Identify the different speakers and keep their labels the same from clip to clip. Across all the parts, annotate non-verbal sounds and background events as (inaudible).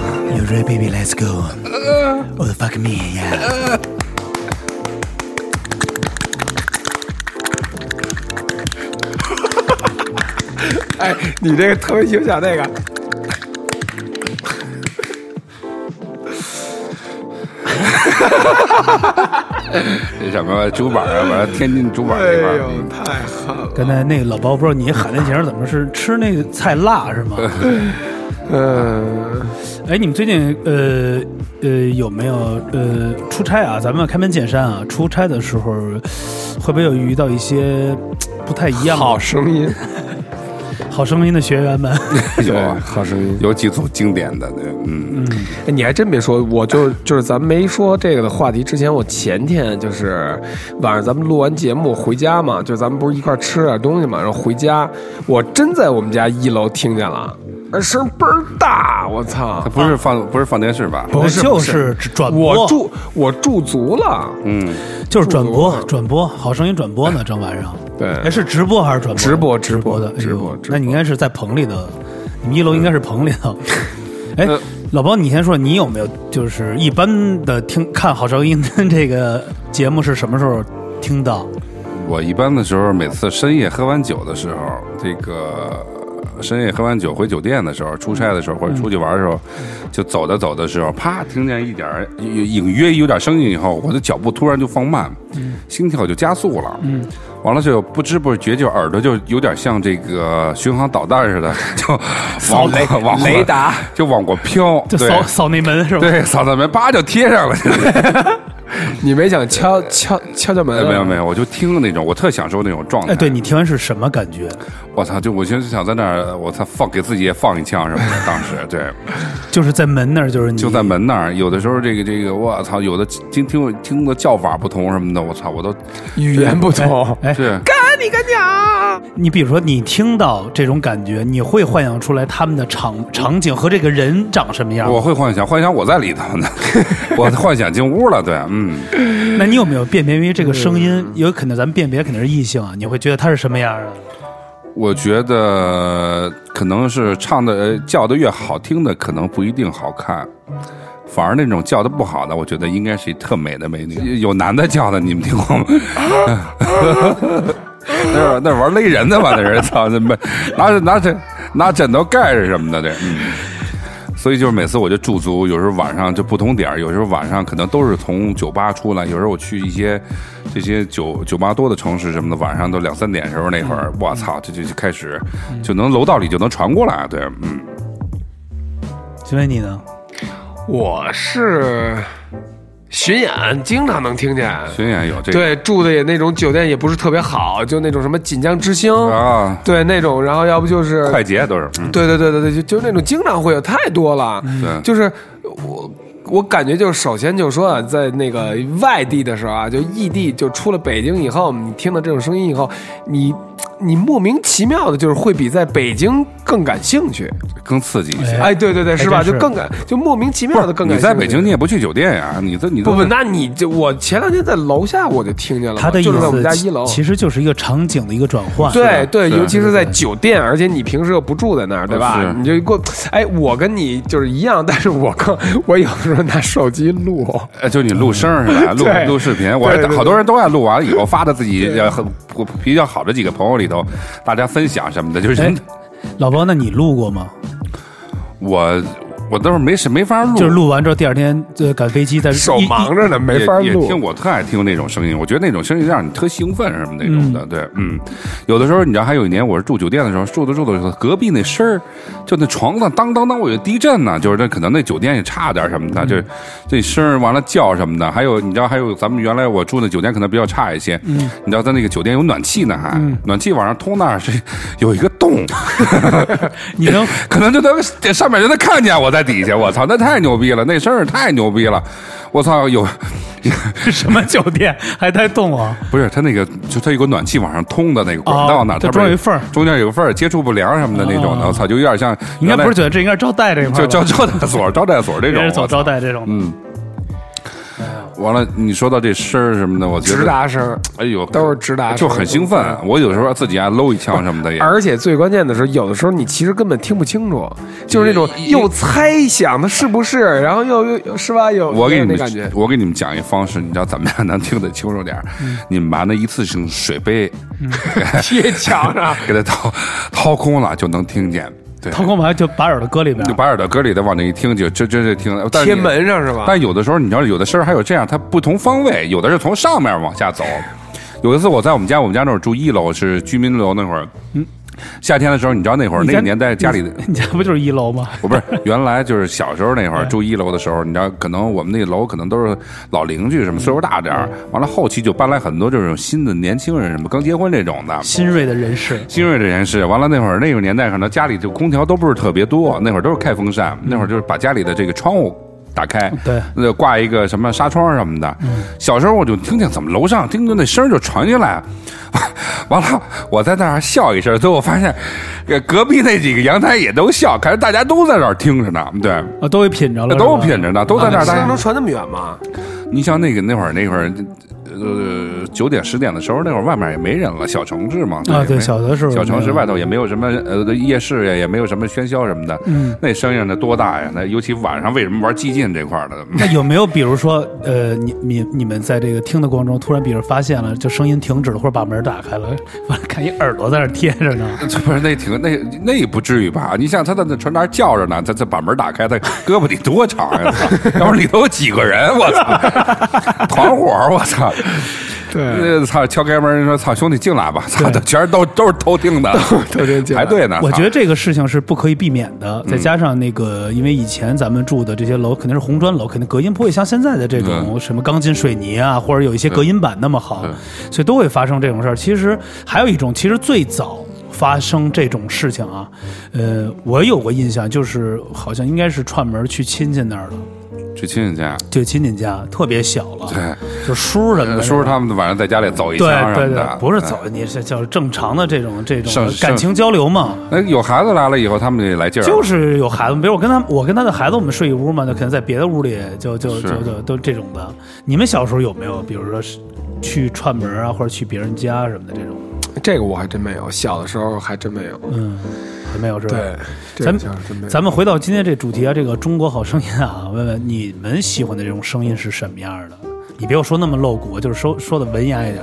Speaker 1: Alright, baby, let's go. Oh, the fuck me, yeah.
Speaker 2: 哎，你这个特别影响那个。这什么竹板啊，完了天津竹板哎这块呦，儿，太狠了！
Speaker 3: 刚才那个老包不知道你喊那节目怎么是吃那个菜辣是吗？
Speaker 4: 呃
Speaker 2: 嗯，
Speaker 3: 哎，你们最近呃呃有没有呃出差啊？咱们开门见山啊，出差的时候会不会有遇到一些嘖不太一样的
Speaker 2: 好声音，
Speaker 3: 好声音的学员们？
Speaker 2: 有
Speaker 4: 对好声音。
Speaker 2: 有几组经典的，对嗯，
Speaker 4: 嗯
Speaker 2: 嗯
Speaker 4: 哎，你还真别说，我就就是咱没说这个的话题之前，我前天就是晚上咱们录完节目回家嘛，就咱们不是一块儿吃点东西嘛，然后回家，我真在我们家一楼听见了，而声倍儿大，我操
Speaker 2: 他！不是放不是放电视吧？
Speaker 4: 不是
Speaker 3: 就
Speaker 4: 不
Speaker 3: 是
Speaker 4: 是
Speaker 3: 转播，
Speaker 4: 我驻我驻足了，
Speaker 2: 嗯，
Speaker 3: 就是转播
Speaker 4: 驻足
Speaker 3: 转播好声音转播呢，正晚上。
Speaker 4: 对
Speaker 3: 哎，是直播还是转播？
Speaker 4: 直播
Speaker 3: 直
Speaker 4: 直播
Speaker 3: 的，哎呦
Speaker 4: 直播直
Speaker 3: 那
Speaker 4: 播嗯
Speaker 3: 你应该是在棚里的，你们一楼应该是棚里的。哎，
Speaker 4: 呃
Speaker 3: 老包，你先说，你有没有就是一般的听看《好声音》这个节目是什么时候听到？
Speaker 2: 我一般的时候，每次深夜喝完酒的时候，这个深夜喝完酒回酒店的时候，出差的时候或者出去玩的时候，就走着走的时候，啪听见一点儿隐隐约有点声音以后，我的脚步突然就放慢，心跳就加速了，嗯，完了就不知不觉就耳朵就有点像这个巡航导弹似的，就往
Speaker 4: 雷
Speaker 2: 过往过
Speaker 4: 雷达
Speaker 2: 就往过飘，
Speaker 3: 就
Speaker 2: 对
Speaker 3: 扫扫那门是吧？
Speaker 2: 对，嫂子们啪就贴
Speaker 3: (laughs)
Speaker 2: 上了。
Speaker 4: 你没想敲敲敲敲门啊？
Speaker 2: 没有没有，我就听那种，我特享受那种状态。
Speaker 3: 哎，对你听完是什么感觉？
Speaker 2: 我操！就我就是想在那儿，我操，放给自己也放一枪什么
Speaker 3: (laughs)
Speaker 2: 的。当时对，
Speaker 3: 就是在门那儿，就是你
Speaker 2: 就在门那儿，有的时候这个这个，我操，有的听听听的叫法不同什么的，我操，我都
Speaker 4: 语言不通，
Speaker 3: 哎，
Speaker 2: 对
Speaker 3: 你比如说你听到这种感觉，你会幻想出来他们的场场景和这个人长什么样吗？
Speaker 2: 我会幻想，幻想我在里头呢， (laughs) 我幻想进屋了。对，嗯，
Speaker 3: (laughs) 那你有没有辨别？因为这个声音，有可能咱们辨别肯定是异性啊，你会觉得他是什么样啊的？
Speaker 2: 我觉得可能是唱的呃叫的越好听的，可能不一定好看。反而那种叫的不好的，我觉得应该是一特美的美女。有男的叫的，你们听过吗？ (laughs) 那是那是玩勒人的吧？那人操，那没拿着拿着拿枕头盖着什么的，这。嗯所以就是每次我就驻足，有时候晚上就不同点儿，有时候晚上可能都是从酒吧出来，有时候我去一些这些酒酒吧多的城市什么的，晚上都两三点时候那会
Speaker 4: 嗯
Speaker 2: 儿，我操，这就就开始就能楼道里就能传过来，对，嗯，
Speaker 3: 请问你呢？
Speaker 4: 我是巡演，经常能听见。
Speaker 2: 巡演有这个
Speaker 4: 对，住的也那种酒店也不是特别好，就那种什么锦江之星，
Speaker 2: 啊，
Speaker 4: 对那种，然后要不就是
Speaker 2: 快捷都是，嗯，
Speaker 4: 对对对对对，就就那种经常会有太多了，
Speaker 2: 对
Speaker 4: 就是我。我感觉就是，首先就说啊，在那个外地的时候啊，就异地，就出了北京以后，你听到这种声音以后，你你莫名其妙的，就是会比在北京更感兴趣。
Speaker 2: 更刺激一些。
Speaker 4: 哎，对对对，是吧？
Speaker 3: 真是
Speaker 4: 就更感，就莫名其妙的更
Speaker 2: 你
Speaker 4: 感兴趣。
Speaker 2: 在北京你也不去酒店呀，你这你这
Speaker 4: 不不，那你就我前两天在楼下我就听见了嘛，
Speaker 3: 他的意
Speaker 4: 就是在我们家
Speaker 3: 思
Speaker 4: 一楼。
Speaker 3: 其实就是一个场景的一个转换。啊
Speaker 4: 对对，
Speaker 2: 是的
Speaker 4: 尤其是在酒店，而且你平时又不住在那儿，对吧
Speaker 2: 是？
Speaker 4: 你就过，哎，我跟你就是一样，但是我更我有时候拿手机录，
Speaker 2: 哎，就你录声儿是吧？
Speaker 4: (laughs)
Speaker 2: 录
Speaker 4: 对
Speaker 2: 录视频，我
Speaker 4: 对对对
Speaker 2: 好多人都爱录完啊了以后发到自己呃很比较好的几个朋友里头，大家分享什么的，就是
Speaker 3: 哎，老包，那你录过吗？
Speaker 2: 我我倒是没事没法录，
Speaker 3: 就是录完之后，第二天呃赶飞机在
Speaker 4: 手忙着呢，没法
Speaker 2: 也也听
Speaker 4: 录。
Speaker 2: 我特爱听那种声音，我觉得那种声音让你特兴奋什么那种的，对，嗯，有的时候你知道，还有一年我是住酒店的时候，住着住着，隔壁那声儿，就那床上当当当，我有地震呢、就是那可能那酒店也差点什么的，就这声儿完了叫什么的，还有你知道，还有咱们原来我住那酒店可能比较差一些，嗯，你知道在那个酒店有暖气呢，还暖气往上通那儿是有一个洞，
Speaker 3: (laughs) 你能
Speaker 2: (laughs) 可能就能这上面就能看见我在底下，我操，那太牛逼了，那声儿太牛逼了，我操有。
Speaker 3: 什么酒店还带动啊？
Speaker 2: 不是，它那个就它有个暖气往上通的那个管道那
Speaker 3: 哦
Speaker 2: 儿，
Speaker 3: 它
Speaker 2: 它
Speaker 3: 中间
Speaker 2: 不是
Speaker 3: 有一缝儿
Speaker 2: 中间有个缝儿，接触不良什么的那种的，
Speaker 3: 哦
Speaker 2: 我操，就有点像
Speaker 3: 应该不是酒店，这应该是招待这一
Speaker 2: 原
Speaker 3: 块
Speaker 2: 来
Speaker 3: 儿
Speaker 2: 就
Speaker 3: 吧。
Speaker 2: 招招待所、招待所这
Speaker 3: 别
Speaker 2: 嗯种
Speaker 3: 人，走
Speaker 2: 我操
Speaker 3: 招待这种的。
Speaker 2: 嗯。完了，你说到这声儿什么的，我觉
Speaker 4: 直
Speaker 2: 得，
Speaker 4: 达声，
Speaker 2: 哎呦，
Speaker 4: 都是直达
Speaker 2: 就
Speaker 4: 声
Speaker 2: 很兴奋。我有时候自己啊搂一枪什么的也，
Speaker 4: 而且最关键的是，有的时候你其实根本听不清楚，就是那种又猜想它是不是，然后又又又是吧，有
Speaker 2: 我给你
Speaker 4: 有那
Speaker 2: 们
Speaker 4: 感觉，
Speaker 2: 我给你们讲一方式，你知道怎么样能听得清楚点儿你们把那一次性水杯
Speaker 4: 贴墙上
Speaker 2: 给它掏掏空了，就能听见。对，
Speaker 3: 掏空完就把耳朵搁里边
Speaker 2: 就，把耳朵搁里头往那一听，就真真是听。 (laughs) 但是
Speaker 4: 贴
Speaker 2: 你
Speaker 4: 门上是吧？
Speaker 2: 但有的时候，你知道，有的事儿还有这样，它不同方位，有的是从上面往下走。有一次我在我们家，我们家那会儿住一楼，是居民楼那会儿，嗯，夏天的时候，你知道那会儿
Speaker 3: 你
Speaker 2: 那个年代
Speaker 3: (laughs)
Speaker 2: 家里的，
Speaker 3: 你家不就是一楼吗？
Speaker 2: 我不是原来就是小时候那会儿住一楼的时候，你知道，可能我们那楼可能都是老邻居什么，岁数大点儿，完了后期就搬来很多这种新的年轻人，什么刚结婚这种的，
Speaker 3: 新锐的人士，
Speaker 2: 新锐这件事，完了那会儿那个年代，可能家里就空调都不是特别多，那会儿都是开风扇，那会儿就是把家里的这个窗户打开，
Speaker 3: 嗯对嗯
Speaker 2: 那就挂一个什么纱窗什么的。小时候我就听见怎么楼上听着那声儿就传进来， (laughs) 完了我在那儿笑一声，最后发现呃隔壁那几个阳台也都笑，看来大家都在那儿听着呢，对。
Speaker 3: 啊，都给品着了，
Speaker 2: 都
Speaker 3: 是吧
Speaker 2: 品着呢，都在
Speaker 3: 嗯
Speaker 2: 那儿。
Speaker 4: 声
Speaker 2: 大
Speaker 4: 儿
Speaker 2: 家
Speaker 4: 能传那么远吗？
Speaker 2: 你像那个那会儿那会儿，呃，九点十点的时候，那会儿外面也没人了，小城市嘛。
Speaker 3: 啊，
Speaker 2: 也
Speaker 3: 对，
Speaker 2: 没
Speaker 3: 小的时候，
Speaker 2: 小城市外头也没有什么呃夜市呀，也没有什么喧嚣什么的，
Speaker 3: 嗯，
Speaker 2: 那声音那多大呀？那尤其晚上为什么玩激进这块儿的？ (laughs)
Speaker 3: 那有没有比如说，呃，你你你们在这个听的过程中，突然比如发现了，就声音停止了，或者把门打开了，完了看一耳朵在那儿贴着呢，
Speaker 2: 这不是那挺那那也不至于吧？你像他在那传达叫着呢，他他把门打开，他胳膊得多长呀？ (laughs) 我操要不里头有几个人？我操， (laughs) 团伙！我操，
Speaker 4: 对，
Speaker 2: 那操敲开门说操兄弟进来吧，操
Speaker 3: 对
Speaker 2: 全是都都是偷听的，
Speaker 4: 偷听进来
Speaker 2: 排队呢。
Speaker 3: 我
Speaker 2: 操
Speaker 3: 觉得这个事情是不可以避免的，再加上那个，因为以前咱们住的这些楼肯定是红砖楼，肯定隔音不会像现在的这种什么钢筋水泥啊，或者有一些隔音板那么好，所以都会发生这种事儿。其实还有一种，其实最早。发生这种事情啊，呃，我有过印象，就是好像应该是串门去亲戚那儿了，
Speaker 2: 去亲戚家，
Speaker 3: 就亲戚家，特别小了，
Speaker 2: 对，
Speaker 3: 就叔什么的，
Speaker 2: 呃叔叔他们晚上在家里走一
Speaker 3: 对
Speaker 2: 枪什
Speaker 3: 对对
Speaker 2: 么的，，
Speaker 3: 不是
Speaker 2: 嗯
Speaker 3: 走，你是叫正常的这种这种呃
Speaker 2: 上
Speaker 3: 感情交流嘛，
Speaker 2: 那有孩子来了以后，他们也来劲儿了，
Speaker 3: 就是有孩子，比如我跟他，我跟他的孩子，我们睡一屋嘛，那可能在别的屋里就就
Speaker 2: 是
Speaker 3: 就就都这种的。你们小时候有没有，比如说是去串门啊，或者去别人家什么的这种？
Speaker 4: 这个我还真没有，小的时候还真没有。
Speaker 3: 嗯，还没有是吧？
Speaker 4: 对，这
Speaker 3: 咱
Speaker 4: 个
Speaker 3: 们
Speaker 4: 小时候真没有。
Speaker 3: 咱们回到今天这主题啊，这个中国好声音啊，问问你们喜欢的这种声音是什么样的？你别说那么露骨，就是说说的文雅一点。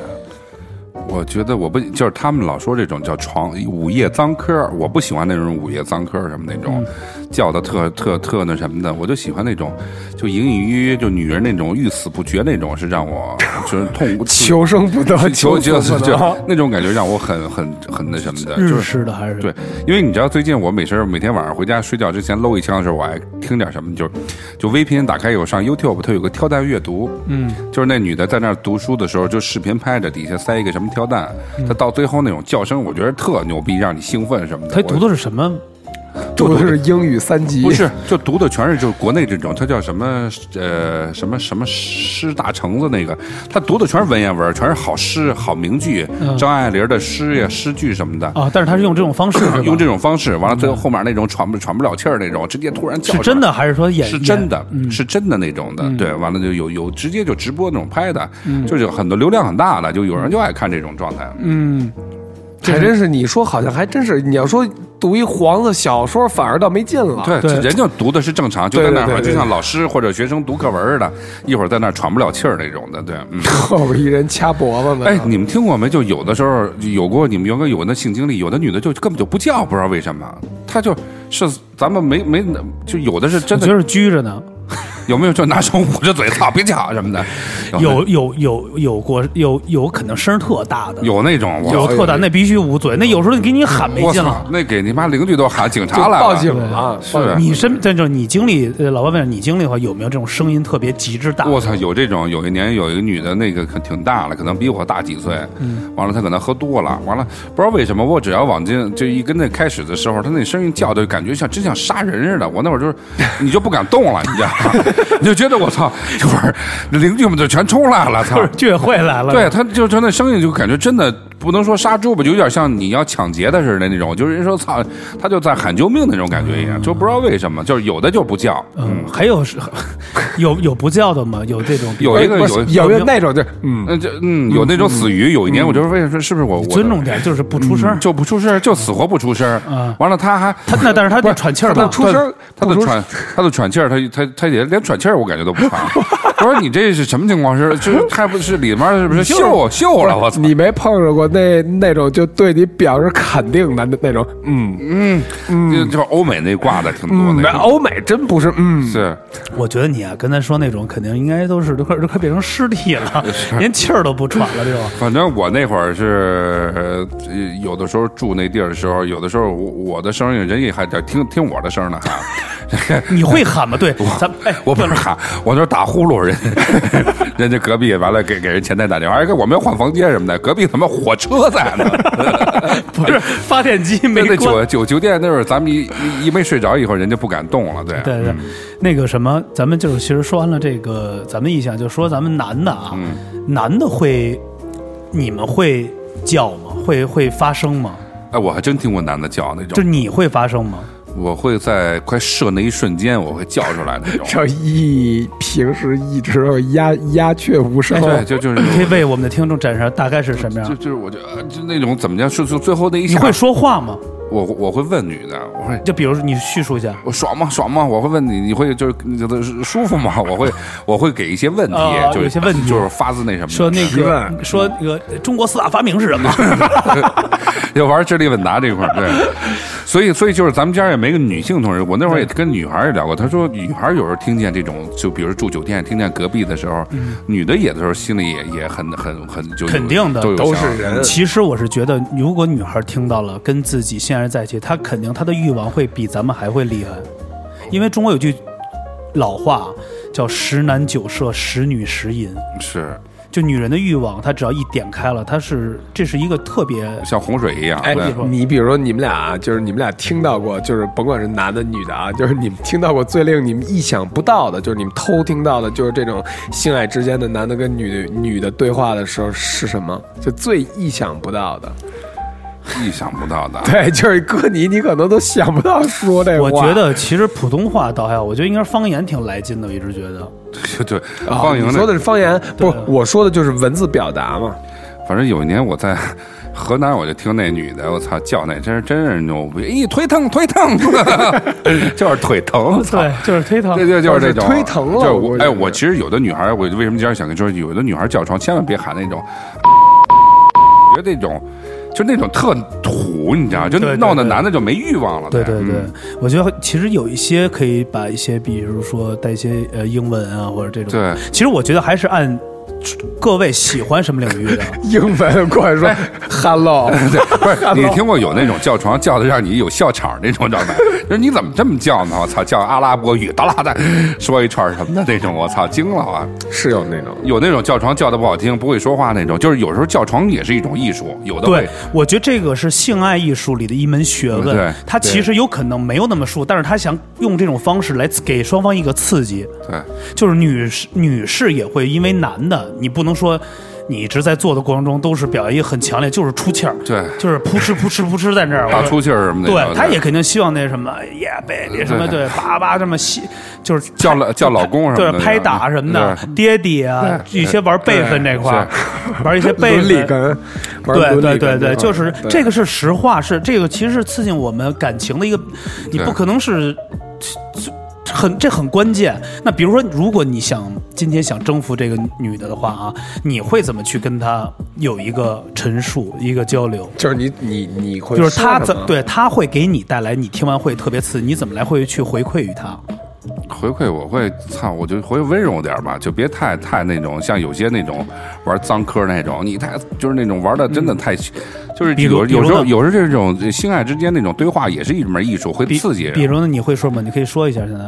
Speaker 2: 我觉得我不就是他们老说这种叫床午夜脏科，我不喜欢那种午夜脏科什么那种，叫的特特特那什么的，我就喜欢那种就隐隐约约就女人那种欲死不绝那种，是让我就是痛
Speaker 4: (laughs) 求生不得，
Speaker 2: 求就
Speaker 4: 求
Speaker 2: 是
Speaker 4: 生不
Speaker 2: 就
Speaker 4: 得。
Speaker 2: 那种感觉让我很很很那什么的，就
Speaker 3: 日
Speaker 2: 是
Speaker 3: 式的还是
Speaker 2: 对，因为你知道，最近我每事每天晚上回家睡觉之前搂一枪的时候，我爱听点什么，就是就 VPN 打开以后上 YouTube，它有个跳蛋阅读，嗯，就是那女的在那儿读书的时候，就视频拍着底下塞一个什么跳蛋，她到最后那种叫声，我觉得特牛逼，让你兴奋什么的。
Speaker 3: 他
Speaker 2: 我
Speaker 3: 读的是什么？
Speaker 4: 读的是英语三级， (laughs)
Speaker 2: 不是，就读的全是就是国内这种，它叫什么呃什么什么诗大橙子那个，他读的全是文言文，全是好诗好名句，张爱玲的诗呀诗句什么的。
Speaker 3: 啊，但是他是用这种方式，是吧
Speaker 2: 用这种方式，完了最后后面那种喘不喘不了气儿那种，直接突然叫
Speaker 3: 是
Speaker 2: 上
Speaker 3: 真的还是说演
Speaker 2: 是真的，是真的那种的。对，完了就有有直接就直播那种拍的，就是有很多流量很大的，就有人就爱看这种状态。
Speaker 4: 还真是你说好像还真是，你要说读一黄色小说反而倒没劲了。
Speaker 2: 对，
Speaker 3: 对
Speaker 2: 人就读的是正常，就在
Speaker 4: 对
Speaker 2: 那
Speaker 4: 对对
Speaker 2: 儿，就
Speaker 4: 对
Speaker 2: 像老师或者学生读课文似的，一会儿在那儿喘不了气儿那种的。对，
Speaker 4: (laughs)
Speaker 2: 嗯。
Speaker 4: 后边一人掐脖子呢。
Speaker 2: 哎，你们听过没？就有的时候有过你们原来有那性经历，有的女的就根本就不叫，不知道为什么，她就是咱们没没就有的是真
Speaker 3: 我
Speaker 2: 的
Speaker 3: 觉得是拘着呢。
Speaker 2: 有没有就拿手捂着嘴 (laughs) 操别叫什么的，
Speaker 3: (laughs) 有有有有过有有可能声儿特大的，
Speaker 2: 有那种我哎
Speaker 3: 有特大，那必须捂嘴。那有时候给你喊没
Speaker 2: 我
Speaker 3: 劲
Speaker 2: 操
Speaker 3: 了，，
Speaker 2: 那给你妈邻居都喊警
Speaker 4: 就
Speaker 2: 察来了，
Speaker 4: 报警了，啊嗯哎
Speaker 2: 是
Speaker 3: 你身这就是你经历，呃老外问你经历的话，有没有这种声音特别极致大？
Speaker 2: 我操，有这种，有一年有一个女的，那个可挺大了，可能比我大几岁。嗯，完了，她可能喝多了，完了不知道为什么，我只要往进就一跟那开始的时候，她那声音叫的感觉像真像杀人似的。我那会儿就是，你就不敢动了，你知道吗？ (laughs) 你就觉得我操，这会儿邻居们就全冲来了，操
Speaker 3: (laughs) (laughs) 就！是居委会来了，
Speaker 2: 对，，他就就那声音就感觉真的不能说杀猪吧，就有点像你要抢劫的似的那种，就是人说操，他就在喊救命那种感觉一样，就不知道为什么，就是有的就不叫，
Speaker 3: 嗯，还有是 (laughs) 有有不叫的吗？有这种
Speaker 2: 有一个
Speaker 4: 哎不是
Speaker 2: 有一
Speaker 4: 有没有那种就是嗯，
Speaker 2: 那就嗯有那种死鱼，有一年我就是为什么是不是我我
Speaker 3: 尊重点，就是不出声。
Speaker 2: 嗯就不出声儿，就死活不出声儿
Speaker 3: 嗯。
Speaker 2: 完了他还
Speaker 3: 他那但是他得喘气儿
Speaker 4: 他
Speaker 3: 吧
Speaker 4: 不？出声儿，
Speaker 2: 他
Speaker 4: 不
Speaker 2: 的
Speaker 4: 出声
Speaker 2: 喘，他的喘气儿，他他他也连喘气儿，我感觉都不喘。啊我说你这是什么情况？是是还不是里面是不是锈锈了？我操！
Speaker 4: 你没碰着过那那种就对你表示肯定的那那种，嗯，
Speaker 2: 就就欧美那挂的挺多那
Speaker 4: 那
Speaker 2: 个，
Speaker 4: 欧美真不是，嗯，
Speaker 2: 是
Speaker 3: 我觉得你啊，刚才说那种肯定应该都是都快都快变成尸体
Speaker 2: (laughs)
Speaker 3: 了，连气儿都不喘了这种。
Speaker 2: 反正我那会儿是呃有的时候住那地儿的时候，有的时候我我的声音人家还得听听我的声儿呢，还
Speaker 3: 你会喊吗？对，咱哎，
Speaker 2: 我不是喊，我就是打呼噜人， (laughs) 人家隔壁完了给给人前台打电话，哎，我们要换房间什么的，隔壁他妈火车在呢，
Speaker 3: (laughs) 不是发电机 (laughs) 没
Speaker 2: 那那
Speaker 3: 关
Speaker 2: 酒。酒酒店那会儿，咱们一一一没睡着以后，人家不敢动了，对。
Speaker 3: 对对，那个什么，咱们就是其实说完了这个，咱们意向就说咱们男的啊，
Speaker 2: 嗯
Speaker 3: 男的会，你们会叫吗？会会发声吗？
Speaker 2: 哎，我还真听过男的叫那
Speaker 3: 就
Speaker 2: 种，
Speaker 3: 你会发声吗？
Speaker 2: 我会在快射那一瞬间，我会叫出来
Speaker 4: (laughs)
Speaker 2: 那种。
Speaker 4: 这一平时一直鸦鸦雀无声，
Speaker 2: 对，就就是
Speaker 3: 你可以为我们的听众展示大概是什么
Speaker 2: 就
Speaker 3: 样？
Speaker 2: 就是我就呃就那种怎么样，是就最后那一
Speaker 3: 你
Speaker 2: 下，
Speaker 3: 会说话吗？
Speaker 2: 我我会问女的，我会。
Speaker 3: 就比如说你叙述一下，
Speaker 2: 我爽吗？爽吗？我会问你，你会就是你觉得舒服吗？我
Speaker 3: (laughs)
Speaker 2: 会我会给一些问题，
Speaker 3: 哦
Speaker 2: 就是
Speaker 3: 有些问题
Speaker 2: 就是发自那什么的
Speaker 3: 说那
Speaker 4: 提
Speaker 3: 个
Speaker 4: 问
Speaker 3: 说那个中国四大发明是什么？
Speaker 2: (laughs) 要玩智力问答这块
Speaker 3: (laughs)
Speaker 2: 儿，对，所以所以就是咱们家也没个女性同事，我那会儿也跟女孩儿也聊过，她说女孩儿有时候听见这种，就比如住酒店听见隔壁的时候，女的也的时候心里也也很很很就
Speaker 3: 嗯
Speaker 2: 有
Speaker 3: 肯定的
Speaker 2: 都有
Speaker 4: 都
Speaker 2: 想
Speaker 4: 是人，
Speaker 3: 其实我是觉得，如果女孩听到了跟自己现任在一起，她肯定她的欲望会比咱们还会厉害，因为中国有句老话叫“十男九色，十女十淫
Speaker 2: 是”，
Speaker 3: 就女人的欲望，她只要一点开了，她是这是一个特 (laughs) 别
Speaker 2: 像洪水一样，
Speaker 4: 哎
Speaker 2: 对，
Speaker 4: 你比如说你们俩啊，就是你们俩听到过，就是甭管是男的女的啊，就是你们听到过最令你们意想不到的，就是你们偷听到的，就是这种性爱之间的男的跟女的女的对话的时候是什么？就最意想不到的，
Speaker 2: 意想不到的。
Speaker 4: 对，就是哥你你可能都想不到说这话。
Speaker 3: 我觉得其实普通话倒还好，我觉得应该是方言挺来劲的。我一直觉得，
Speaker 2: (laughs) 对对，
Speaker 4: 啊
Speaker 2: 放
Speaker 4: 你
Speaker 2: 映
Speaker 4: 说的，
Speaker 2: 的
Speaker 4: 是方言，不，我说的就是文字表达嘛。
Speaker 2: 反正有一年我在。 (laughs) 河南我就听那女的，我操叫那真是真是牛逼！咦，腿疼腿疼， (laughs) 就是腿疼，操！
Speaker 3: 对，就是推
Speaker 2: 对
Speaker 3: 搪。
Speaker 2: 对，就是
Speaker 4: 就
Speaker 2: 这种
Speaker 4: 哦是推疼了
Speaker 2: 就是
Speaker 4: 我
Speaker 2: 我
Speaker 4: 估计
Speaker 2: 哎，
Speaker 4: 是
Speaker 2: 我其实有的女孩儿，我为什么今儿想跟你说，有的女孩儿叫床千万别喊那种，我觉得那种就那种特土，你知道，就
Speaker 3: 对对
Speaker 2: 闹得
Speaker 3: 对
Speaker 2: 男的就没欲望了。
Speaker 3: 对对对
Speaker 2: 嗯，
Speaker 3: 我觉得其实有一些可以把一些，比如说带一些呃英文啊，或者这种。
Speaker 2: 对，
Speaker 3: 其实我觉得还是按各位喜欢什么领
Speaker 2: (laughs)
Speaker 3: 域的。
Speaker 4: 英文过来说、hello，
Speaker 2: 对，不
Speaker 4: (laughs)
Speaker 2: 是你听过有那种叫床叫的让你有笑场那种状态，就是你怎么这么叫呢？我操，叫阿拉伯语，哒啦哒，说一串什么的那种，我操，惊了啊！
Speaker 4: 是有那种。
Speaker 2: 有那种叫床叫的不好听，不会说话那种，就是有时候叫床也是一种艺术，有的会
Speaker 3: 对，我觉得这个是性爱艺术里的一门学问。
Speaker 2: 对
Speaker 3: 他其实有可能没有那么舒服，但是他想用这种方式来给双方一个刺激。
Speaker 2: 对。
Speaker 3: 就是女士女士也会因为男的，你不能说你一直在做的过程中都是表现一个很强烈，就是出气儿，
Speaker 2: 对
Speaker 3: 就是扑哧扑哧扑哧在那儿
Speaker 2: 大出气儿什么的
Speaker 3: 对
Speaker 2: 有，的
Speaker 3: 他也肯定希望那什么耶 baby 什么，对，叭叭这么吸，就是
Speaker 2: 叫了叫老公什么的
Speaker 3: 对，拍打什么的，
Speaker 2: 对
Speaker 3: 爹爹啊，一些玩辈分这块儿，玩一些辈
Speaker 4: 伦理
Speaker 3: 分。
Speaker 4: 跟
Speaker 3: 对
Speaker 4: 玩伦
Speaker 3: 对
Speaker 4: 理
Speaker 3: 对
Speaker 4: 跟
Speaker 3: 对，
Speaker 4: 这块
Speaker 3: 就
Speaker 4: 儿
Speaker 3: 是
Speaker 4: 对
Speaker 3: 这个是实话，是这个其实是刺激我们感情的一个，你
Speaker 2: 对
Speaker 3: 不可能是。这很，这很关键。那比如说，如果你想今天想征服这个女的的话啊，你会怎么去跟她有一个陈述、一个交流？
Speaker 4: 就是你你你会
Speaker 3: 就是她
Speaker 4: 说
Speaker 3: 怎
Speaker 4: 什么
Speaker 3: 对，她会给你带来你听完会特别刺激，你怎么来会去回馈于她？
Speaker 2: 回馈我会操，我就会温柔点儿吧，就别太太那种，像有些那种玩脏科那种，你太就是那种玩的真的太，就是
Speaker 3: 嗯比如
Speaker 2: 有
Speaker 3: 比如
Speaker 2: 有时候
Speaker 3: 呢
Speaker 2: 有时候这种呃性爱之间那种对话也是一门艺术，会
Speaker 3: 比
Speaker 2: 刺激人。
Speaker 3: 比如呢，你会说吗？你可以说一下现
Speaker 4: (laughs)
Speaker 3: 在。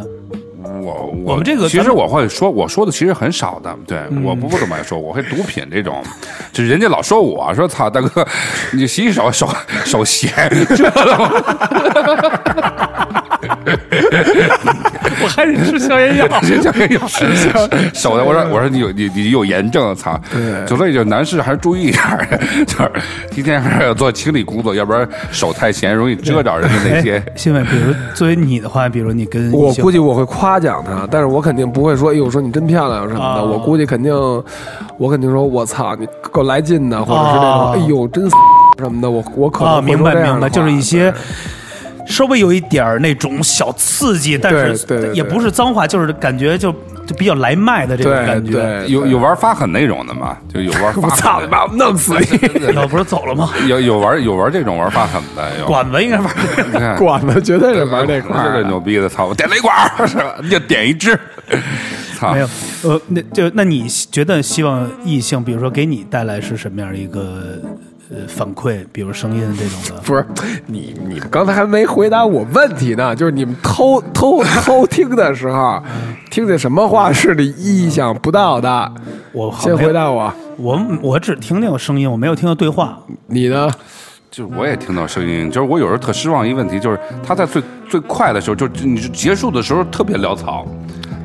Speaker 2: 我
Speaker 3: 我们这个
Speaker 2: 其
Speaker 3: 咱
Speaker 2: 实
Speaker 3: 们嗯
Speaker 2: 我会说，我说的其实很少的，对，我不不怎么爱说，我会毒品这种，就人家老说我说操大哥，
Speaker 3: (laughs)
Speaker 2: 你洗洗手手手咸，知道吗？
Speaker 3: 我还得吃消
Speaker 2: (laughs)
Speaker 3: 炎药。
Speaker 2: 人家给
Speaker 3: (laughs)
Speaker 2: 有吃相，手的我说我说你有你你有炎症，操！就所以就男士还是注意一点儿，就是今天还是要做清理工作，要不然手太闲容易遮着人家那些。
Speaker 3: 哎新伟，比如作为你的话，比如你跟
Speaker 4: 我
Speaker 3: 异性
Speaker 4: 估计我会夸奖她，但是我肯定不会说，哎呦，说你真漂亮什么的。
Speaker 3: 啊
Speaker 4: 我估计肯定，我肯定说，我操，你够来劲的，或者是那种，
Speaker 3: 啊
Speaker 4: 哎呦，真什么的。我我可能
Speaker 3: 啊，
Speaker 4: 会
Speaker 3: 明
Speaker 4: 说
Speaker 3: 白
Speaker 4: 这样
Speaker 3: 明
Speaker 4: 的
Speaker 3: 白，
Speaker 4: 话
Speaker 3: 就是一些稍微有一点儿那种小刺激，但
Speaker 4: 对对
Speaker 3: 是
Speaker 4: 对
Speaker 3: 也不是脏话，就是感觉就就比较来脉的这种
Speaker 4: 对
Speaker 3: 感觉。
Speaker 4: 对
Speaker 2: 有有玩发狠那种的吗？就有玩发
Speaker 4: 我操，
Speaker 2: 狠
Speaker 4: 你
Speaker 2: 的。
Speaker 4: 把我弄死
Speaker 3: (laughs)
Speaker 4: 你！
Speaker 3: 要不是走了吗？
Speaker 4: (laughs)
Speaker 2: 有有玩有玩这种玩发狠的，有
Speaker 3: 管子应该玩儿
Speaker 2: 你
Speaker 3: (laughs)
Speaker 2: 看
Speaker 4: 管子绝对是玩这
Speaker 3: 啊
Speaker 4: 块
Speaker 2: 是
Speaker 4: 儿
Speaker 2: 这
Speaker 4: 的。
Speaker 2: 牛逼的，操！我点雷
Speaker 3: (laughs)
Speaker 2: 管儿，是吧你就点一支，操！
Speaker 3: 没有，呃，那就那你觉得希望异性，比如说给你带来是什么样的一个呃反馈，比如声音这种的？
Speaker 4: 不是你，你刚才还没回答我问题呢，就是你们偷偷偷听的时候，听见什么话是你意想不到的？
Speaker 3: (laughs) 我好
Speaker 4: 先
Speaker 3: 没有
Speaker 4: 回答我，
Speaker 3: 我我只听那个声音，我没有听到对话。
Speaker 4: 你呢？
Speaker 2: 就是我也听到声音，就是我有时候特失望一个问题，就是他在最最快的时候，就是你结束的时候特别潦草，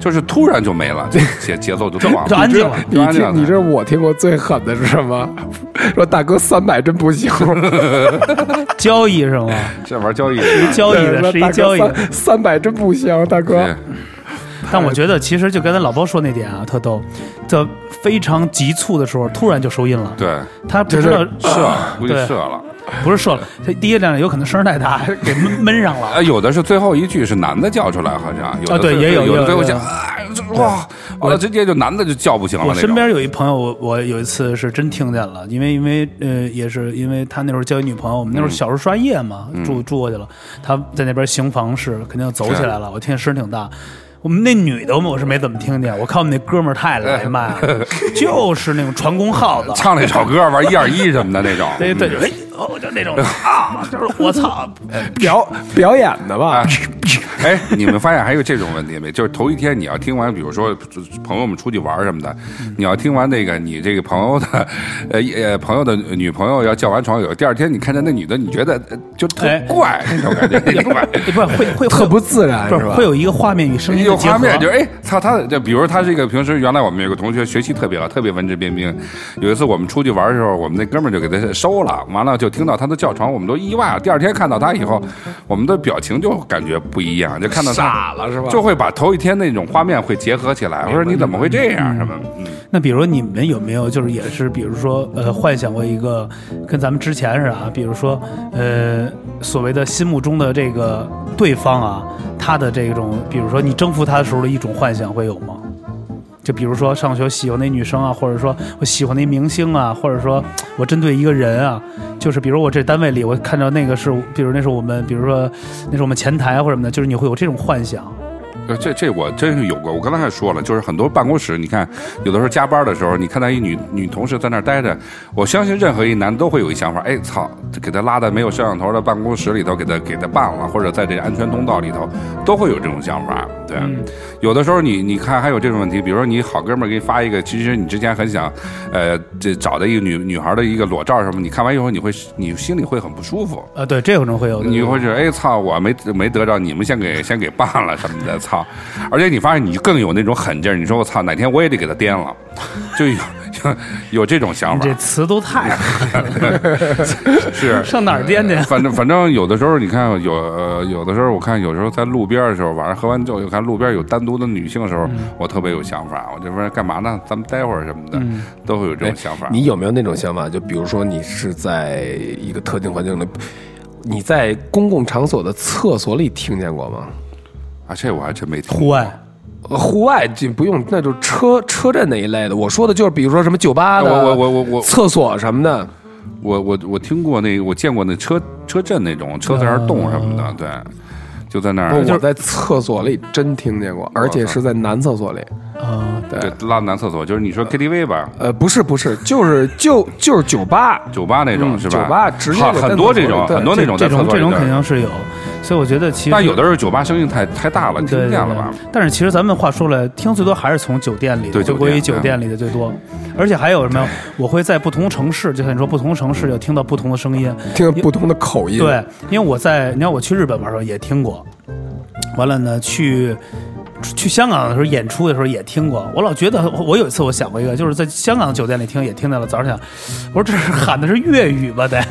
Speaker 2: 就是突然就没
Speaker 3: (laughs)
Speaker 2: 了，就节节奏就断了，
Speaker 3: 就安静了
Speaker 2: 就
Speaker 4: 你
Speaker 2: 安静了
Speaker 4: 听，你知道我听过最狠的是什么？ (laughs) 说大哥三百真不行，
Speaker 3: 交易
Speaker 4: (laughs)
Speaker 3: 是吗？
Speaker 2: 这玩交易，
Speaker 3: 交易的是一交易的，
Speaker 4: 三百真不行，大哥
Speaker 2: 对。
Speaker 3: 但我觉得其实就刚才老包说那点啊，特逗，在非常急促的时候突然就收音了，
Speaker 2: 对
Speaker 3: 他不知道
Speaker 2: 射估计
Speaker 3: 对
Speaker 2: 射了，
Speaker 3: 不是射了，他第一辆有可能声儿太大给闷闷上了。
Speaker 2: 啊，有的是最后一句是男的叫出来，好像有的
Speaker 3: 啊对
Speaker 2: 是
Speaker 3: 也有也
Speaker 2: 有的
Speaker 3: 有
Speaker 2: 最后
Speaker 3: 也有
Speaker 2: 想，哎这哇，完了直接就男的就叫不行了
Speaker 3: 我
Speaker 2: 那
Speaker 3: 身
Speaker 2: 种。
Speaker 3: 边有一朋友，我我有一次是真听见了，因为因为呃，也是因为他那时候交一女朋友，我们
Speaker 2: 嗯
Speaker 3: 那时候小时候刷夜嘛，住住过去了，他在那边行房事，肯定走起来了，我听见声儿挺大。我们那女的，我是没怎么听见。我看我们那哥们儿太
Speaker 2: 哎
Speaker 3: 来卖
Speaker 2: (laughs)
Speaker 3: 了，就是那种传功号子，
Speaker 2: 唱了一首歌，玩一二一什么的那种，嗯
Speaker 3: 对对，哎，哦，就那种啊，就是我操，
Speaker 4: 表表演的吧？
Speaker 2: (laughs) 哎，你们发现还有这种问题没？就是头一天你要听完，比如说朋友们出去玩什么的，你要听完那个你这个朋友的，呃呃朋友的女朋友要叫完床友，第二天你看见那女的，你觉得呃就特
Speaker 3: 哎
Speaker 2: 怪那种 (laughs) 感觉，你明白？
Speaker 3: (laughs) 不是会会
Speaker 4: 特不自然
Speaker 3: 不
Speaker 4: 是
Speaker 3: 是
Speaker 4: 吧
Speaker 3: 会有一个画面与声音的
Speaker 2: 有
Speaker 3: 结合
Speaker 2: 画面，就是哎，操他的，就比如他这个平时原来我们有个同学学习特别好，特别文质彬彬。有一次我们出去玩的时候，我们那哥们儿就给他收了，完了就听到他的叫床，我们都意外了。第二天看到他以后，我们的表情就感觉不一样，就看到他
Speaker 4: 傻了是吧
Speaker 2: 就会把头一天那种画面会结合起来。我说你怎么会这样？什么？嗯，
Speaker 3: 那比如你们有没有就是也是，比如说呃，幻想过一个跟咱们之前似的啊，比如说呃，所谓的心目中的这个对方啊，他的这种，比如说你征服他的时候的一种幻想会有吗？就比如说上学喜欢那女生啊，或者说我喜欢那明星啊，或者说我针对一个人啊，就是比如我这单位里我看到那个是，比如那是我们，比如说那是我们前台或者什么的，就是你会有这种幻想。
Speaker 2: 呃这这我真是有过，我刚才还说了，就是很多办公室，你看有的时候加班的时候，你看到一女女同事在那儿待着，我相信任何一男都会有一想法，哎操，给她拉到没有摄像头的办公室里头，给她给她办了，或者在这个安全通道里头，都会有这种想法。对，
Speaker 3: 嗯
Speaker 2: 有的时候你你看还有这种问题，比如说你好哥们儿给你发一个，其实你之前很想，呃，这找的一个女女孩的一个裸照什么，你看完以后你会你心里会很不舒服。
Speaker 3: 呃，对，这有可能会有。对
Speaker 2: 你会觉得哎操，我没没得着，你们先给先给办了什么的，操！而且你发现你更有那种狠劲儿，你说我操，哪天我也得给他颠了，就有 (laughs) 有有这种想
Speaker 3: 你
Speaker 2: 法
Speaker 3: 这，词都太
Speaker 2: (laughs) 是
Speaker 3: 上哪儿颠去啊？
Speaker 2: 反正反正有的时候，你看有呃有的时候，我看有时候在路边的时候，晚上喝完酒，有看路边有单独的女性的时候，
Speaker 3: 嗯
Speaker 2: 我特别有想法，我就说干嘛呢？咱们待会儿什么的，
Speaker 3: 嗯
Speaker 2: 都会有这种想法。
Speaker 4: 哎你有没有那种想法？就比如说，你是在一个特定环境里，你在公共场所的厕所里听见过吗？
Speaker 2: 啊，这我还真没听过。
Speaker 3: 户外
Speaker 4: 呃户外就不用，那就车车站那一类的。我说的就是，比如说什么酒吧的，
Speaker 2: 我我我我我
Speaker 4: 厕所什么的。
Speaker 2: 我我我听过那个，我见过那车车震那种车在那儿动什么
Speaker 3: 啊
Speaker 2: 的，对，就在那儿
Speaker 4: 我在厕所里真听见过，而且是在男厕所里。
Speaker 3: 啊，
Speaker 2: 对拉男厕所，就是你说 KTV 吧，
Speaker 4: 呃，不是不是，就是就就是酒吧。
Speaker 2: 酒吧那
Speaker 3: 嗯
Speaker 2: 种是吧？
Speaker 4: 酒吧直接
Speaker 2: 很
Speaker 4: 就
Speaker 2: 很多这种
Speaker 4: 单独
Speaker 2: 很多那种在
Speaker 3: 这
Speaker 2: 厕
Speaker 3: 种
Speaker 2: 所
Speaker 3: 这种
Speaker 2: 里的
Speaker 3: 肯定是有，所以我觉得其实
Speaker 2: 但有的时候酒吧声音太太大了，
Speaker 3: 对
Speaker 2: 听
Speaker 3: 对对
Speaker 2: 不见了吧？
Speaker 3: 但是其实咱们话说了，听最多还是从酒店里的，
Speaker 2: 对
Speaker 3: 就
Speaker 2: 酒
Speaker 3: 归于
Speaker 2: 店嗯
Speaker 3: 酒
Speaker 2: 对
Speaker 3: 店里的最多。而且还有什么呀？我会在不同城市，就像你说不同城市有听到不
Speaker 2: 嗯
Speaker 3: 同的声音。
Speaker 4: 听不同的口音。
Speaker 3: 对，因为我在你看我去日本玩的时候也听过，完了呢，去去香港的时候演出的时候也听过。我老觉得，我有一次我想过一个，就是在香港酒店里听，也听到了。早上想，我说这是 (laughs) 喊的是粤语吧？得，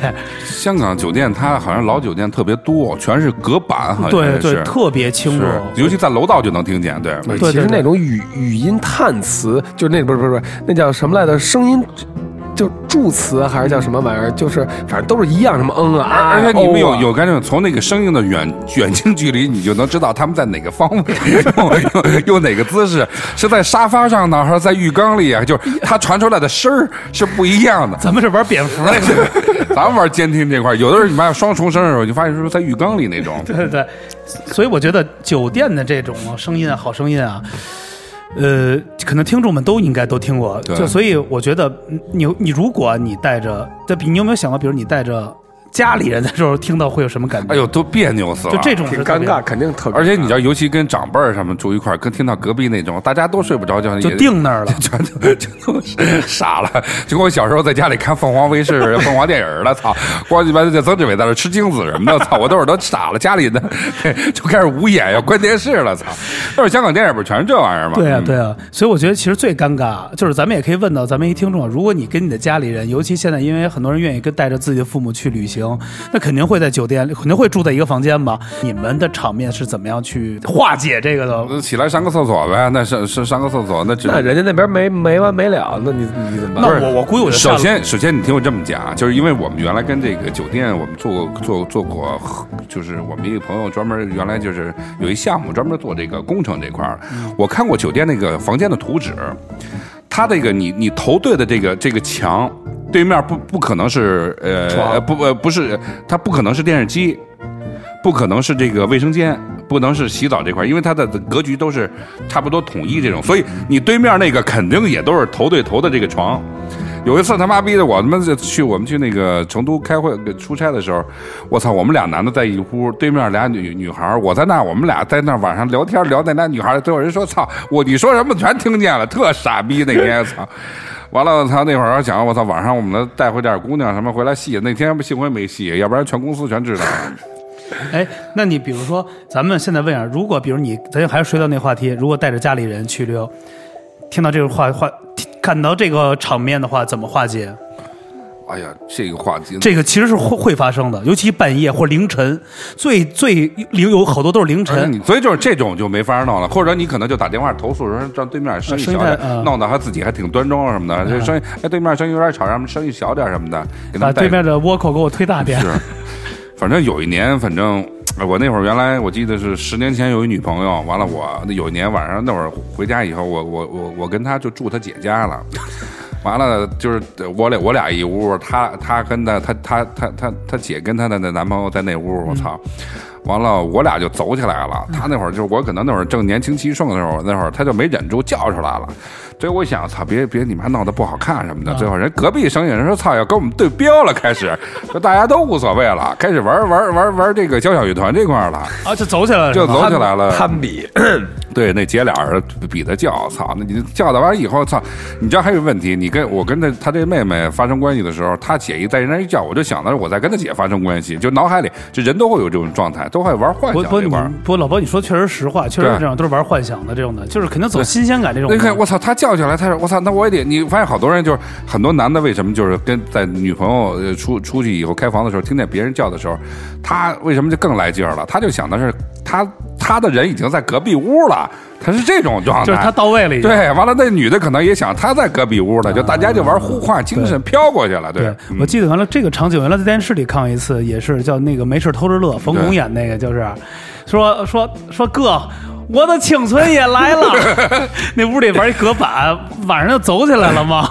Speaker 2: 香港酒店它好像老酒店特别多，全是隔板，好像
Speaker 3: 对对
Speaker 2: 是，
Speaker 3: 特别清楚。
Speaker 2: 是，尤其在楼道就能听见，对。
Speaker 3: 对
Speaker 4: 其实
Speaker 3: 对对
Speaker 4: 那种语语音叹词，就是那不是不是不是，那叫什么来着？声音就助词啊还是叫什么玩意儿？就是反正都是一样，什么嗯啊啊，
Speaker 2: 而且哎你们
Speaker 4: 哦
Speaker 2: 有
Speaker 4: 啊
Speaker 2: 有感觉，从那个声音的远 (laughs) 远近距离，你就能知道他们在哪个方
Speaker 3: (laughs)
Speaker 2: 位，用用用哪个姿势，是在沙发上呢，还是在浴缸里啊？就是它传出来的声儿是不一样的。
Speaker 3: 咱们是玩蝙蝠来着。
Speaker 2: (laughs) 咱们玩监听这块儿，有的时候你妈要双重声儿的时候，你发现是不是在浴缸里那种？
Speaker 3: 对对对，所以我觉得酒店的这种声音啊，好声音啊，呃，可能听众们都应该都听过。
Speaker 2: 对
Speaker 3: 就所以我觉得嗯你你如果你带着，这比你有没有想过，比如你带着家里人的时候听到会有什么感觉？
Speaker 2: 哎呦，，多别扭死了！
Speaker 3: 就这种是
Speaker 4: 挺
Speaker 3: 特
Speaker 4: 尴
Speaker 3: 别
Speaker 4: 尬，，肯定特别。
Speaker 2: 而且你知道，尤其跟长辈儿什么住一块儿，跟听到隔壁那种，大家都睡不着觉，
Speaker 3: 就
Speaker 2: 也
Speaker 3: 定那儿了。
Speaker 2: (laughs) 全都全都傻了，就跟我小时候在家里看凤凰卫视、凤凰电影了，操！光鸡巴这曾志伟在那吃精子什么的，操！我那会儿都傻了，家里的嘿就开始捂眼要关电视了，操！那会儿香港电影不全是这玩意儿吗？
Speaker 3: 对啊，
Speaker 2: 嗯
Speaker 3: 对啊，所以我觉得其实最尴尬就是咱们也可以问到咱们一听众啊，如果你跟你的家里人，尤其现在因为很多人愿意跟带着自己的父母去旅行，那肯定会在酒店，肯定会住在一个房间吧？你们的场面是怎么样去化解这个的？
Speaker 2: 那起来上个厕所呗，那上上上个厕所，那只
Speaker 4: 那人家那边没没完没了，那你你怎么
Speaker 3: 那
Speaker 4: 办？
Speaker 3: 我我估计我就下
Speaker 2: 呃首
Speaker 3: 了
Speaker 2: 先，首先你听我这么讲啊，就是因为我们原来跟这个酒店，我们做过做做过，就是我们一个朋友专门原来就是有一项目专门做这个工程这块儿，我看过酒店那个房间的图纸，它这个你你头对的这个这个墙对面不不可能是呃
Speaker 4: 床
Speaker 2: 不呃不是，它不可能是电视机，不可能是这个卫生间，不能是洗澡这块，因为它的格局都是差不多统一这种，所以你对面那个肯定也都是头对头的这个床。有一次他妈逼的我他妈就去我们去那个成都开会呃出差的时候，我操，我们俩男的在一屋，对面俩女女孩儿，我在那，我们俩在那晚上聊天聊那俩女孩儿，都有人说操我你说什么全听见了，特傻逼那天操。 (laughs) 完了，我操！那会儿想，我操，晚上我们能带回点姑娘什么回来戏。那天幸亏没戏，要不然全公司全知道 (laughs) 了。
Speaker 3: 哎，那你比如说，咱们现在问啊，如果比如你，咱还是回到那话题，如果带着家里人去旅游，听到这个话话，听看到这个场面的话，怎么化解？
Speaker 2: 哎呀，这个话题，
Speaker 3: 这个其实是会会发生的，尤其半夜或凌晨，最最凌有好多都是凌
Speaker 2: 而且
Speaker 3: 晨。
Speaker 2: 你所以就是这种就没法弄了，或者你可能就打电话投诉，说让对面生意小
Speaker 3: 啊生
Speaker 2: 点
Speaker 3: 意太啊，
Speaker 2: 弄得他自己还挺端庄什么的，这生意哎对面生意有点吵，让他们生意小点什么的，给他
Speaker 3: 把
Speaker 2: 们带
Speaker 3: 对面的倭寇给我推大点，
Speaker 2: 是，反正有一年，反正哎我那会儿原来我记得是十年前有一女朋友，完了我那有一年晚上那会儿回家以后，我我我我跟她就住她姐家了。完了，就是呃我俩我俩一屋，她她跟她她她她她她姐跟她的那男朋友在那屋，我操！完了，我俩就走起来了。她那会儿就是我可能那会儿正年轻气盛的时候，那会儿她就没忍住叫出来了。所以我想，操，别别你妈闹得不好看什么的。最后人隔壁生意人说，操，要跟我们对标了，开始说大家都无所谓了，开始玩玩玩玩这个交响乐团这块儿了，
Speaker 3: 啊，就走起来了，
Speaker 2: 就是
Speaker 3: 吧
Speaker 2: 走起来了。
Speaker 4: 攀比，
Speaker 2: 对，那姐俩人比他叫，操，那你叫他完以后，操，你知道还有问题，你跟我跟他他这妹妹发生关系的时候，他姐一在人家一叫，我就想的是我在跟他姐发生关系，就脑海里这人都会有这种状态，都会玩幻
Speaker 3: 不
Speaker 2: 想
Speaker 3: 不，
Speaker 2: 这
Speaker 3: 你
Speaker 2: 块儿。
Speaker 3: 不老包，你说确实实话，确实
Speaker 2: 对
Speaker 3: 是这样，都是玩幻想的这种的，就是肯定走新鲜感这种的。
Speaker 2: 那你看，我操，他叫起来，他说我操，那我也得。你发现好多人就是很多男的，为什么就是跟在女朋友呃出出去以后开房的时候，听见别人叫的时候，他为什么就更来劲儿了？他就想的是他他的人已经在隔壁屋了，他是这种状态，
Speaker 3: 就是他到位了已经。
Speaker 2: 对，完了那女的可能也想她在隔壁屋呢，就大家就玩互换精神飘过去了，对嗯
Speaker 3: 对，我记得完了这个场景，原来在电视里看过一次，也是叫那个没事偷着乐，冯巩
Speaker 2: 对
Speaker 3: 演那个，就是说说说哥。我的青春也来了，那屋里玩一隔板，晚上就走起来了嘛。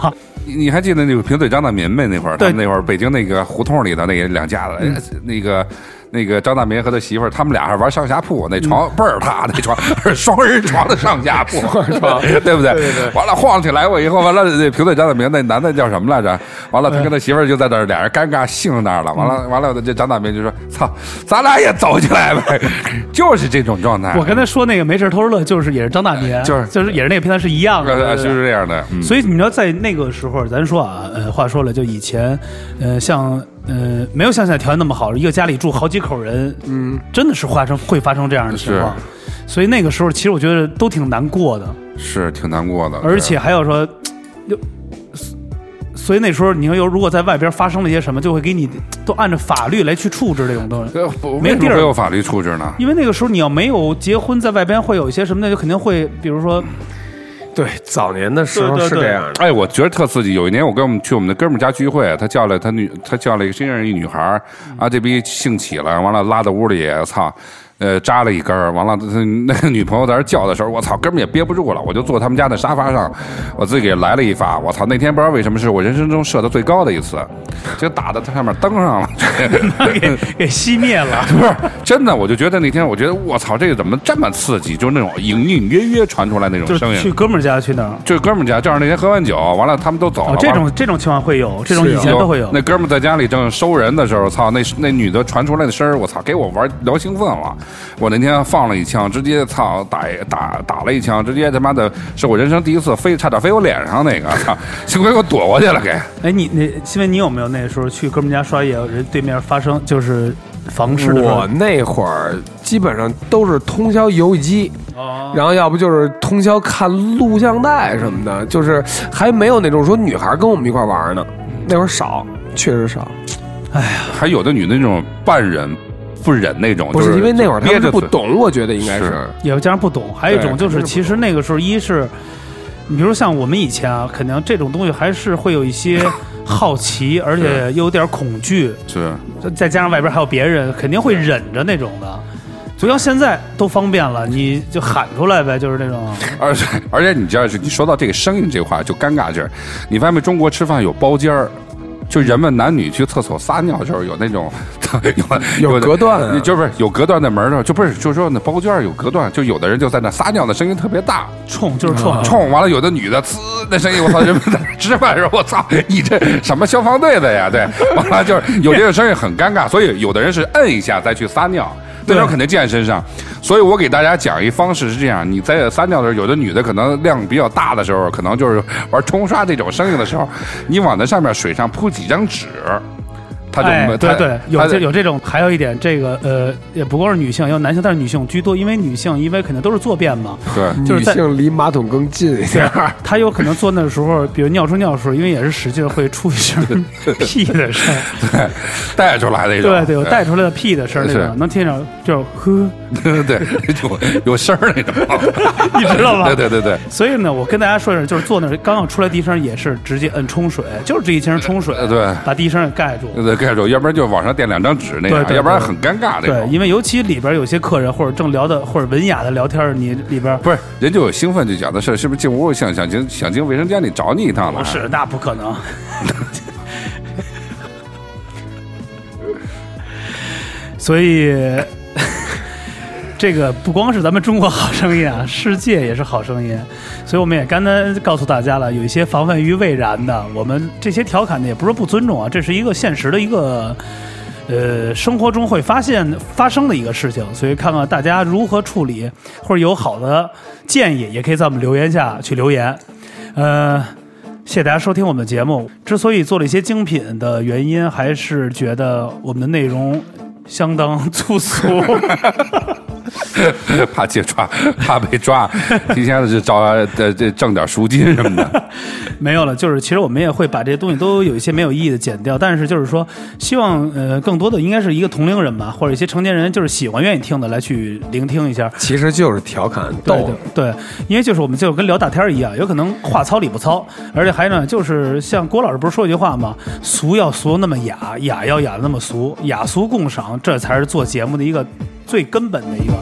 Speaker 2: 你你还记得那个贫嘴张大民呗？那会儿他
Speaker 3: 对
Speaker 2: 们那会儿北京那个胡同里的那两家子，哎那个那个张大民和他媳妇儿，他们俩还玩上下铺，那床倍儿大，那床 (laughs) 是双人床的上下铺， (laughs) 双人床对不对？完了晃起来我以后，完了那贫嘴张大民那男的叫什么来着？完了他跟他媳妇儿就在那儿俩人尴尬兴那儿了，完了完了这张大民就说：“操，咱俩也走起来呗！” (laughs) 就是这种状态，
Speaker 3: 我刚才说那个没事偷着乐，就是也是张大民，
Speaker 2: 哎就是
Speaker 3: 就是也是那个片段是一样的，
Speaker 2: 呃
Speaker 3: 对对
Speaker 2: 就
Speaker 3: 对
Speaker 2: 是这样的，嗯。
Speaker 3: 所以你知道，在那个时候，咱说啊，呃，话说了，就以前，呃，像呃，没有想象条件那么好，一个家里住好几口人，嗯，真的是发生会发生这样的情况，所以那个时候其实我觉得都挺难过的，
Speaker 2: 是挺难过的，
Speaker 3: 而且还有说，就。所以那时候，你又如果在外边发生了些什么，就会给你都按照法律来去处置这种东西。
Speaker 2: 呃不
Speaker 3: 没
Speaker 2: 为什
Speaker 3: 地
Speaker 2: 么
Speaker 3: 儿
Speaker 2: 会有法律处置呢？
Speaker 3: 因为那个时候你要没有结婚，在外边会有一些什么的，就肯定会，比如说，
Speaker 4: (coughs) 对，早年的时候
Speaker 3: 对对
Speaker 4: 是
Speaker 3: 对
Speaker 4: 这样的。
Speaker 2: 哎，我觉得特刺激。有一年，我跟我们去我们的哥们儿家聚会，他叫了他女，他叫了一个新人一女孩儿啊，这逼兴起了，完了拉到屋里，操，呃，扎了一根儿，完了他那个女朋友在那儿叫的时候，我操，哥们儿也憋不住了，我就坐他们家的沙发上，我自己给来了一发，我操，那天不知道为什么是我人生中射的最高的一次，就打到他上面蹬上了。 (laughs)
Speaker 3: (laughs) 给给熄灭了。
Speaker 2: 不是真的，我就觉得那天，我觉得我操，这个怎么这么刺激？就是那种隐隐约约传出来那
Speaker 3: (laughs) 就
Speaker 2: 种声
Speaker 3: 是
Speaker 2: 音，
Speaker 3: 去哥们儿家去那儿，
Speaker 2: 就是哥们儿家，就是那天喝完酒，完了他们都走了
Speaker 3: 哦，，这
Speaker 2: 完了
Speaker 3: 种这种情况会有，这种
Speaker 4: 啊
Speaker 3: 以前都会有。
Speaker 2: 那哥们儿在家里正收人的时候，操，那那女的传出来的声儿，我操，给我玩聊兴奋了。我那天放了一枪，直接操打打打了一枪，直接他妈的是我人生第一次飞，差点飞我脸上那个， (laughs) 操，幸亏我躲过去了，给。
Speaker 3: 哎，你那新闻你有没有那时候去哥们儿家刷夜，人对面发生就是房事的时
Speaker 4: 我
Speaker 3: 候？
Speaker 4: 那会儿基本上都是通宵游戏机，
Speaker 3: 哦，
Speaker 4: 然后要不就是通宵看录像带什么的，就是还没有那种说女孩跟我们一块玩呢，那会儿少，确实少。
Speaker 2: 还有的女的那种半人不忍那种，
Speaker 4: 不
Speaker 2: 就是
Speaker 4: 因为那会儿他
Speaker 2: 憋
Speaker 4: 们
Speaker 2: 着
Speaker 4: 是不
Speaker 2: 嘴，
Speaker 4: 懂，我觉得应该是
Speaker 2: 是
Speaker 3: 也加上不懂，还有一种就
Speaker 4: 对
Speaker 3: 是，
Speaker 4: 肯定是不懂
Speaker 3: 其实那个时候，一是，你比如像我们以前啊，肯定这种东西还是会有一些 (coughs) 好奇，而且又有点恐惧，
Speaker 2: 是
Speaker 3: 再加上外边还有别人，肯定会忍着那种的。不像现在都方便了，你就喊出来呗，就是那种。
Speaker 2: 而且而且你知道是，你说到这个声音这话就尴尬劲儿。你发现没？中国吃饭有包间儿，就人们男女去厕所撒尿的时候有那种 (laughs) 有
Speaker 4: 有隔断啊
Speaker 2: 你就不是有隔断的门儿的，就不是就是说那包间儿有隔断，就有的人就在那撒尿的声音特别大，
Speaker 3: 冲就是
Speaker 4: 啊
Speaker 3: 冲，
Speaker 2: 冲完了有的女的呲那声音，我操！人们在那吃饭的时候，我操，你这什么消防队的呀？对，完了就是有这个声音很尴尬，所以有的人是摁一下再去撒尿。那时候肯定溅身上，所以我给大家讲一方式是这样：你在撒尿的时候，有的女的可能量比较大的时候，可能就是玩冲刷这种声音的时候，你往那上面水上铺几张纸，它就
Speaker 3: 哎，
Speaker 2: 没
Speaker 3: 对
Speaker 2: 它
Speaker 3: 对，
Speaker 2: 它
Speaker 3: 有这有这种，还有一点，这个呃，也不光是女性，也有男性，但是女性居多，因为女性因为肯定都是坐便嘛，
Speaker 2: 对
Speaker 3: 就是
Speaker 4: 女
Speaker 3: 在
Speaker 4: 性离马桶更近一点。
Speaker 2: 哎
Speaker 3: 她有可能坐那的时候，比如尿出尿的时候，因为也是使劲会出一声屁的声儿， (laughs)
Speaker 2: 对带出来的一种，哎
Speaker 3: 对对，有带出来的屁的声儿那
Speaker 2: 是
Speaker 3: 种，能听着就是呵，
Speaker 2: 对对有有声儿那种，
Speaker 3: (laughs) 你知道吧？
Speaker 2: (laughs) 对对对对。
Speaker 3: 所以呢，我跟大家说一下，就是坐那儿刚要出来第一声，也是直接摁冲水，就是这一声冲水，
Speaker 2: 呃对
Speaker 3: 把第一声给盖住。
Speaker 2: 对，盖住，要不然就往上垫两张纸
Speaker 3: 对
Speaker 2: 那样，
Speaker 3: 对对
Speaker 2: 要不然很尴尬那
Speaker 3: 对，
Speaker 2: 种。
Speaker 3: 因为尤其里边有些客人或者正聊的或者文雅的聊天儿，你里边
Speaker 2: 不是，人就有兴奋，就讲的是是不是进屋想想进想进卫生间里找你一趟了？
Speaker 3: 不是那不可能。 (laughs) 所以，这个不光是咱们中国好声音啊，世界也是好声音。所以我们也刚才告诉大家了，有一些防范于未然的，我们这些调侃的也不是不尊重啊，这是一个现实的一个。呃，生活中会发现发生的一个事情，所以看看大家如何处理，或者有好的建议，也可以在我们留言下去留言。呃，谢谢大家收听我们的节目。之所以做了一些精品的原因，还是觉得我们的内容相当粗俗。 (laughs)
Speaker 2: (laughs) 怕揭穿，怕被抓，提前是找呃这挣点赎金什么的。
Speaker 3: 没有了，就是其实我们也会把这些东西都有一些没有意义的剪掉，但是就是说，希望呃更多的应该是一个同龄人吧，或者一些成年人，就是喜欢愿意听的来去聆听一下。
Speaker 4: 其实就是调侃
Speaker 3: 对
Speaker 4: 逗
Speaker 3: 对，对，因为就是我们就跟聊大天儿一样，有可能话糙理不糙，而且还呢，就是像郭老师不是说一句话吗？俗要俗那么雅，雅要雅得那么俗，雅俗共赏，这才是做节目的一个最根本的一个。